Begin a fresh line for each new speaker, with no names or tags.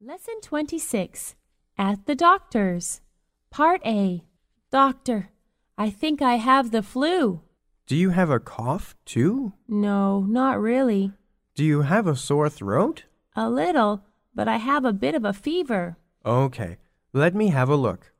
Lesson 26 At the Doctor's. Part A Doctor, I think I have the flu.
Do you have a cough too?
No, not really.
Do you have a sore throat?
A little, but I have a bit of a fever.
Okay, let me have a look.